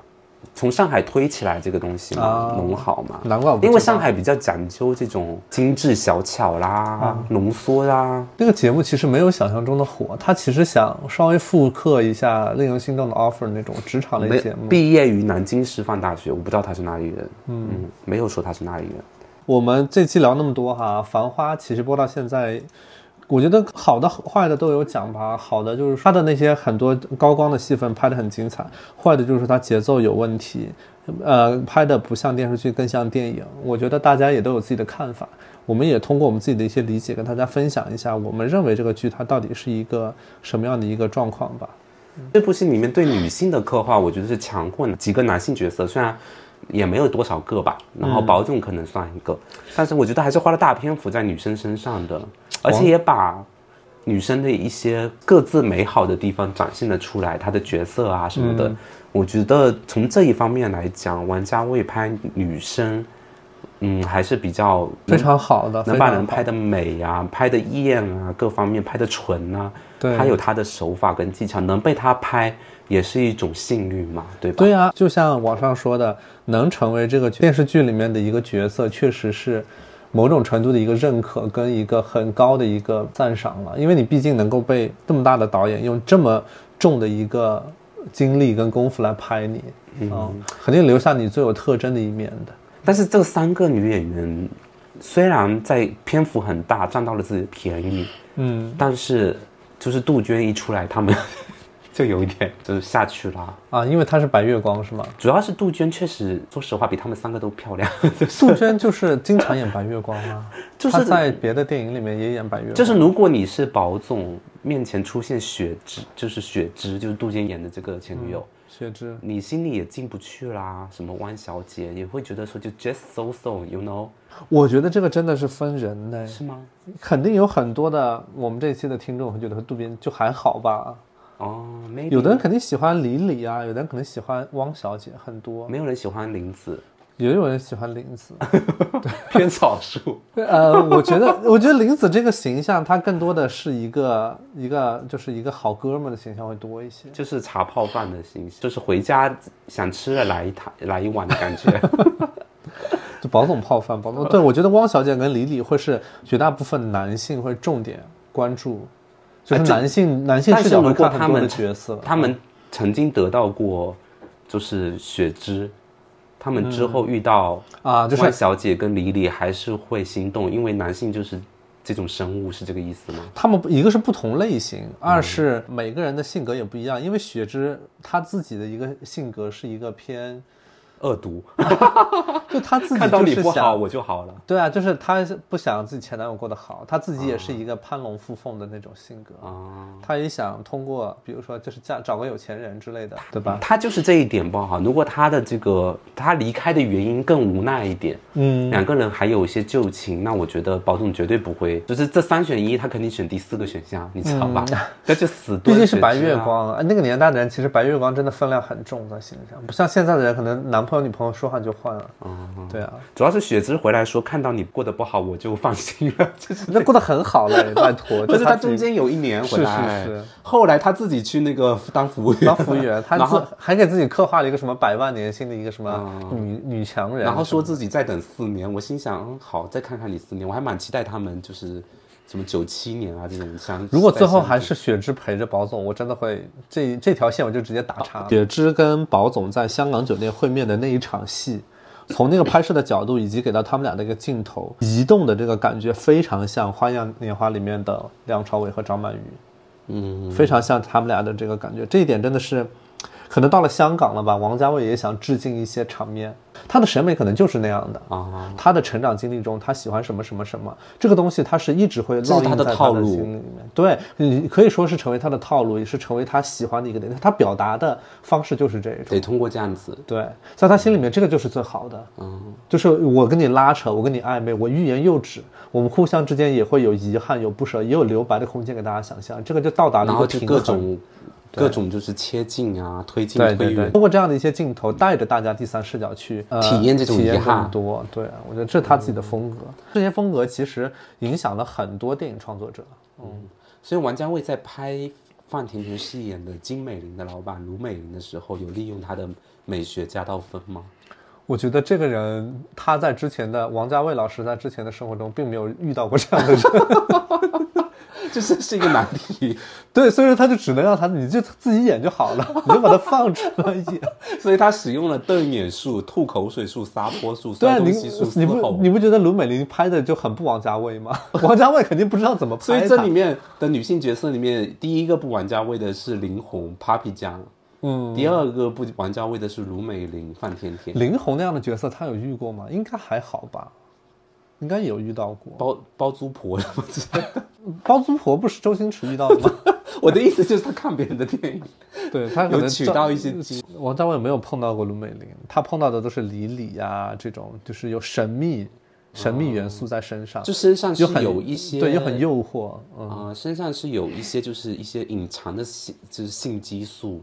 B: 从上海推起来这个东西嘛
A: 啊，
B: 弄好嘛。
A: 难怪我不知道
B: 因为上海比较讲究这种精致小巧啦、浓缩啦，
A: 那个节目其实没有想象中的火，他其实想稍微复刻一下《令人心动的 offer》那种职场类
B: 没
A: 节目。
B: 毕业于南京师范大学，我不知道他是哪里人，嗯，没有说他是哪里人。
A: 我们这期聊那么多哈，《繁花》其实播到现在，我觉得好的坏的都有讲吧。好的就是它的那些很多高光的戏份拍得很精彩，坏的就是它节奏有问题，呃，拍的不像电视剧，更像电影。我觉得大家也都有自己的看法，我们也通过我们自己的一些理解跟大家分享一下，我们认为这个剧它到底是一个什么样的一个状况吧。
B: 这部戏里面对女性的刻画，我觉得是强过几个男性角色，虽然也没有多少个吧，然后保总可能算一个，但是我觉得还是花了大篇幅在女生身上的，而且也把女生的一些各自美好的地方展现了出来，她的角色啊什么的，我觉得从这一方面来讲，王家卫拍女生，嗯，还是比较
A: 非常好的，
B: 能把人
A: 非常好
B: 拍的美呀、拍的艳啊，各方面拍的纯啊，
A: 对
B: 他有他的手法跟技巧，能被他拍也是一种幸运嘛，对吧？
A: 对啊，就像网上说的，能成为这个电视剧里面的一个角色，确实是某种程度的一个认可跟一个很高的一个赞赏了，因为你毕竟能够被这么大的导演用这么重的一个精力跟功夫来拍你，嗯，肯定留下你最有特征的一面的。
B: 但是这三个女演员虽然在篇幅很大，占到了自己的便宜，
A: 嗯
B: 但是就是杜鹃一出来，他们 就有一点就是下去了。
A: 啊，因为她是白月光 是吗？
B: 主要是杜鹃确实，说实话比他们三个都漂亮，
A: 杜鹃就是经常演白月光 吗？
B: 就是
A: 她在别的电影里面也演白月光，
B: 就是如果你是宝总面前出现雪芝，就是雪芝，就是杜鹃演的这个前女友。
A: 薛之。
B: 你心里也进不去啦，什么汪小姐也会觉得说就 just so so，you know
A: 我觉得这个真的是分人呢。
B: 是吗？
A: 肯定有很多的我们这一期的听众会觉得渡边就还好吧，
B: 哦、m a y b e
A: 有的人肯定喜欢李李啊，有的人可能喜欢汪小姐，很多，
B: 没有人喜欢 林子，
A: 也有人喜欢林子。
B: 偏少数。
A: 呃，我觉得， 我觉得林子这个形象，她更多的是一个一个就是一个好哥们儿的形象会多一些。
B: 就是茶泡饭的形式，就是回家想吃了来一台来一碗的感觉。
A: 就保总泡饭，保 总对我觉得汪小姐跟李李会是绝大部分男性会重点关注，就是男性男性
B: 哎但
A: 视
B: 是
A: 角会
B: 如果
A: 看
B: 他
A: 很多的
B: 们
A: 角色。
B: 他们曾经得到过，就是雪芝，他们之后遇到
A: 嗯啊就是
B: 万小姐跟李李还是会心动，因为男性就是这种生物，是这个意思吗？
A: 他们不一个是不同类型，
B: 嗯
A: 二是每个人的性格也不一样。因为雪芝她自己的一个性格是一个偏，
B: 恶毒，
A: 就她自己
B: 看 到
A: 就
B: 你
A: 是
B: 不好
A: 想，
B: 我就好了。
A: 对啊，就是她是不想自己前男友过得好，她自己也是一个攀龙附凤的那种性格，
B: 啊。
A: 她也想通过比如说就是嫁找个有钱人之 类的，对吧？
B: 啊他就是这一点不好。如果他的这个他离开的原因更无奈一点，
A: 嗯，
B: 两个人还有一些旧情，那我觉得保总绝对不会，就是这三选一，他肯定选第四个选项，你知道吧？那就死
A: 嗯毕
B: 对、啊
A: 竟是白月，光，哎那个年代的人其实白月光真的分量很重在心里上，不像现在的人可能男朋友女朋友说换就换了，
B: 嗯
A: 对啊。
B: 主要是雪芝回来说看到你过得不好，我就放心了。 就是，
A: 那过得很好嘞，拜 托。
B: 但
A: 就是
B: 他
A: 自己
B: 中间有一年回来，
A: 是是是
B: 后来他自己去那个当服务员，
A: 当服务 员，他
B: 然后
A: 自还给自己刻画了一个什么百万年薪的一个什么女、女强人，
B: 然后说自己再等四年，我心想，嗯，好，再看看你四年，我还蛮期待他们就是什么九七年啊这种相。
A: 如果最后
B: 再相
A: 还是雪芝陪着保总，我真的会这这条线我就直接打叉。哦雪芝跟保总在香港酒店会面的那一场戏，从那个拍摄的角度以及给到他们俩的一个镜头移动的这个感觉，非常像《花样年华》里面的梁朝伟和张曼玉，嗯，非常像他们俩的这个感觉。这一点真的是，可能到了香港了吧，王家卫也想致敬一些场面，他的审美可能就是那样的。
B: 啊，
A: 他的成长经历中，他喜欢什么什么什么，这个东西他是一直会
B: 这
A: 烙
B: 是
A: 印
B: 他的
A: 在
B: 套
A: 的
B: 路
A: 心里面。对，你可以说是成为他的套路，也是成为他喜欢的一个点。他表达的方式就是这一种。
B: 得通过这样子，
A: 对，在他心里面，这个就是最好的。
B: 嗯，
A: 就是我跟你拉扯，我跟你暧昧，我欲言又止，我们互相之间也会有遗憾、有不舍，也有留白的空间给大家想象。这个就到达了
B: 然
A: 一
B: 后
A: 个
B: 就
A: 平
B: 各
A: 衡。
B: 种各种就是切近啊、推进、
A: 对
B: 推
A: 对对，
B: 远，
A: 通过这样的一些镜头，带着大家第三视角去、呃、
B: 体验这种
A: 体验
B: 遗憾嗯
A: 更多。对，我觉得这是他自己的风格。这些风格其实影响了很多电影创作者。
B: 所以王家卫在拍范甜甜饰演的金美玲的老板卢美玲的时候，有利用她的美学加到分吗？
A: 我觉得这个人他在之前的王家卫老师在之前的生活中并没有遇到过这样的人，
B: 就是是一个难题，
A: 对，所以说他就只能让他你就自己演就好 了，你就把他放出来演。
B: 所以他使用了瞪眼术、吐口水术、撒泼术、
A: 对啊，
B: 摔
A: 你
B: 东西术、
A: 你
B: 嘶
A: 不
B: 吼
A: 你。不觉得卢美玲拍的就很不王家卫吗？ 王家卫肯定不知道怎么拍
B: 所
A: 他。
B: 以这里面的女性角色里面，第一个不玩家卫的是林红 Papi 酱，
A: 嗯，
B: 第二个不玩家卫的是卢美玲范甜甜，
A: 林红那样的角色，他有遇过吗？应该还好吧，应该有遇到过。
B: 包包租婆什么之类的。
A: 包租婆不是周星驰遇到的 吗？
B: 我的意思就是他看别人的电影，
A: 对他可
B: 有
A: 能
B: 取
A: 照
B: 到一些经
A: 王家卫没有碰到过卢美玲，他碰到的都是李李呀、这种，就是有神秘神秘元素在身上，
B: 哦就身上是
A: 又很
B: 有一些
A: 对，又很诱惑。嗯，
B: 啊、身上是有一些就是一些隐藏的性，就是性激 素，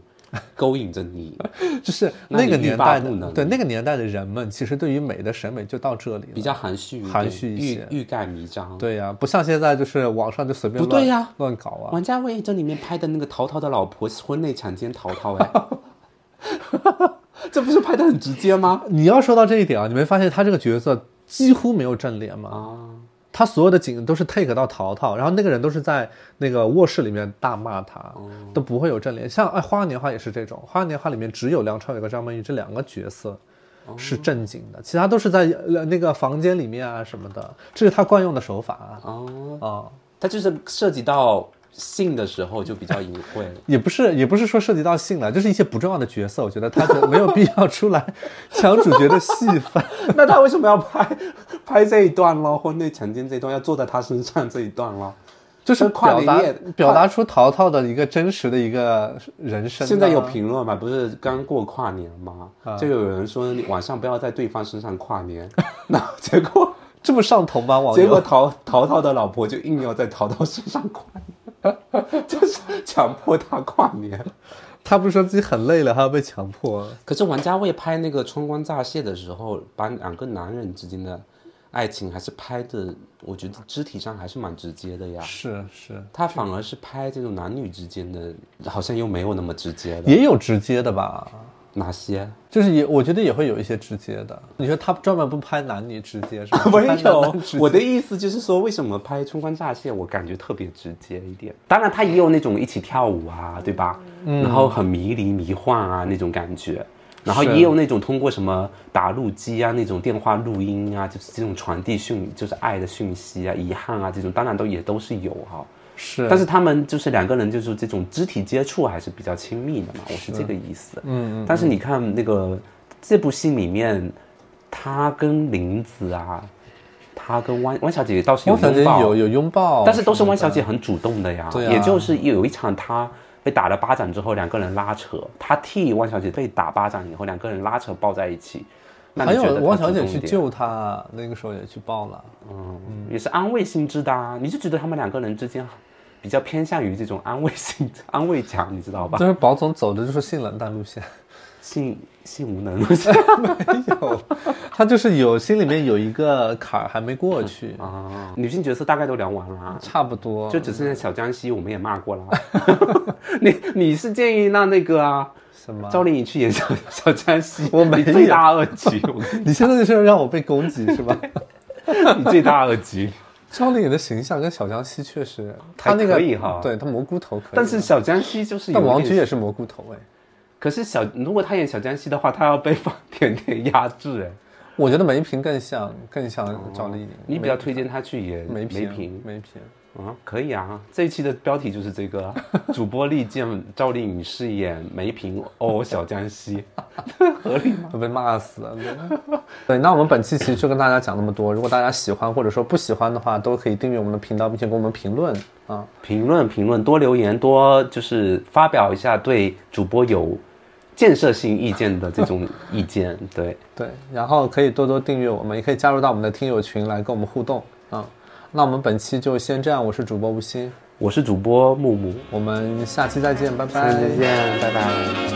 B: 勾引着你。
A: 嗯就是
B: 那
A: 那
B: 你
A: 个
B: 欲
A: 年
B: 罢
A: 代
B: 不能
A: 的对那个年代的人们，其实对于美的审美就到这里了
B: 比。较含蓄一点，
A: 含蓄一些
B: 欲欲盖弥彰。，
A: 对呀、不像现在就是网上就随便
B: 不对
A: 乱
B: 呀
A: 乱搞啊。
B: 王家卫这里面拍的那个淘淘的老婆婚内强奸淘淘， 哎，这不是拍的很直接吗？
A: 你要说到这一点啊，你没发现他这个角色几乎没有正脸吗？
B: 啊，
A: 他所有的景都是 take 到淘淘，然后那个人都是在那个卧室里面大骂他，都不会有正脸。像哎，《花样年华》也是这种，《花样年华》里面只有梁朝伟和张曼玉这两个角色是正经的，其他都是在呃那个房间里面啊什么的，这是他惯用的手法啊。
B: 哦，
A: 啊
B: 他就是涉及到性的时候就比较隐晦了。
A: 也不是，也不是说涉及到性了，就是一些不重要的角色，我觉得他就没有必要出来抢主角的戏份。
B: 那他为什么要 拍拍这一段咯？婚内强奸这一段要做在他身上这一段咯？
A: 就是
B: 快
A: 表
B: 点
A: 达
B: 也
A: 表达出淘淘的一个真实的一个人生啊。
B: 现在有评论嘛？不是刚过跨年吗？就有人说你晚上不要在对方身上跨年， 然后结果
A: 这么上头吗？网
B: 结果
A: 友
B: 淘淘淘的老婆就硬要在淘淘身上跨年， 就是强迫他跨年。
A: 他不是说自己很累了，还要被强迫？
B: 可是王家卫拍那个《春光乍泄》的时候，把两个男人之间的爱情还是拍的，我觉得肢体上还是蛮直接的呀。
A: 是是，
B: 他反而是拍这种男女之间的，好像又没有那么直接了。
A: 也有直接的吧。
B: 哪些？？
A: 就是也，我觉得也会有一些直接的。你说他专门不拍男女直接是吧
B: 没
A: 拍男
B: 有
A: 男直，接
B: 我的意思就是说，为什么拍《春光乍泄》我感觉特别直接一点？当然，他也有那种一起跳舞啊，对吧？然后很迷离、迷幻啊那种感觉，然后
A: 是
B: 也有那种通过什么打录机啊、那种电话录音啊，就是这种传递讯，就是爱的讯息啊、遗憾啊这种，当然都也都是有啊哈、
A: 是，
B: 但是他们就是两个人，就是这种肢体接触还是比较亲密的嘛，我是这个意思。
A: 嗯嗯，
B: 但是你看那个这部戏里面，他跟林子啊，他跟汪汪小姐倒是有
A: 汪小姐
B: 拥抱，
A: 有有拥抱，
B: 但是都是汪小姐很主动的呀。
A: 对啊
B: 也就是有一场她被打了巴掌之后，两个人拉扯，她替汪小姐被打巴掌以后，两个人拉扯抱在一起。那你
A: 还
B: 觉得
A: 有
B: 她
A: 汪小
B: 主
A: 姐
B: 动一
A: 去
B: 点，
A: 救他，那个时候也去抱了。
B: 嗯，也是安慰性质的啊。你就觉得他们两个人之间比较偏向于这种安慰性安慰奖，你知道吧？
A: 就是宝总走的就是性冷淡路线，
B: 性性无能
A: 有，他就是有心里面有一个坎儿还没过去，
B: 啊，女性角色大概都聊完了啊。
A: 差不多
B: 就只剩下小江西，我们也骂过了。 你你是建议让那个啊，
A: 什么？
B: 赵丽颖去演小小江西，
A: 我没有
B: 你罪大恶 极，我跟
A: 你现在就是让我被攻击是 吧？
B: 你罪大恶极。
A: 赵丽颖的形象跟小江西确实，
B: 还
A: 她那个
B: 可以哈
A: 对她蘑菇头可以，
B: 但是小江西就是有
A: 但
B: 点，
A: 王菊也是蘑菇头哎。
B: 可是小如果她演小江西的话，她要被方甜甜压制哎。
A: 我觉得梅萍更像更像赵丽颖。
B: 你比较推荐她去演
A: 梅梅
B: 梅萍
A: 梅萍。
B: 啊？可以啊，这一期的标题就是这个啊，主播力荐赵丽颖饰演梅萍哦小江西，合理吗？
A: 会被骂死。 对，那我们本期其实就跟大家讲那么多。如果大家喜欢或者说不喜欢的话，都可以订阅我们的频道，并且给我们评论啊。
B: 评论评论，多留言，多就是发表一下对主播有建设性意见的这种意见。对，
A: 对，然后可以多多订阅我们，也可以加入到我们的听友群来跟我们互动啊。那我们本期就先这样，我是主播吴昕，
B: 我是主播木木，
A: 我们下期再见，拜
B: 下
A: 拜。
B: 次见，拜拜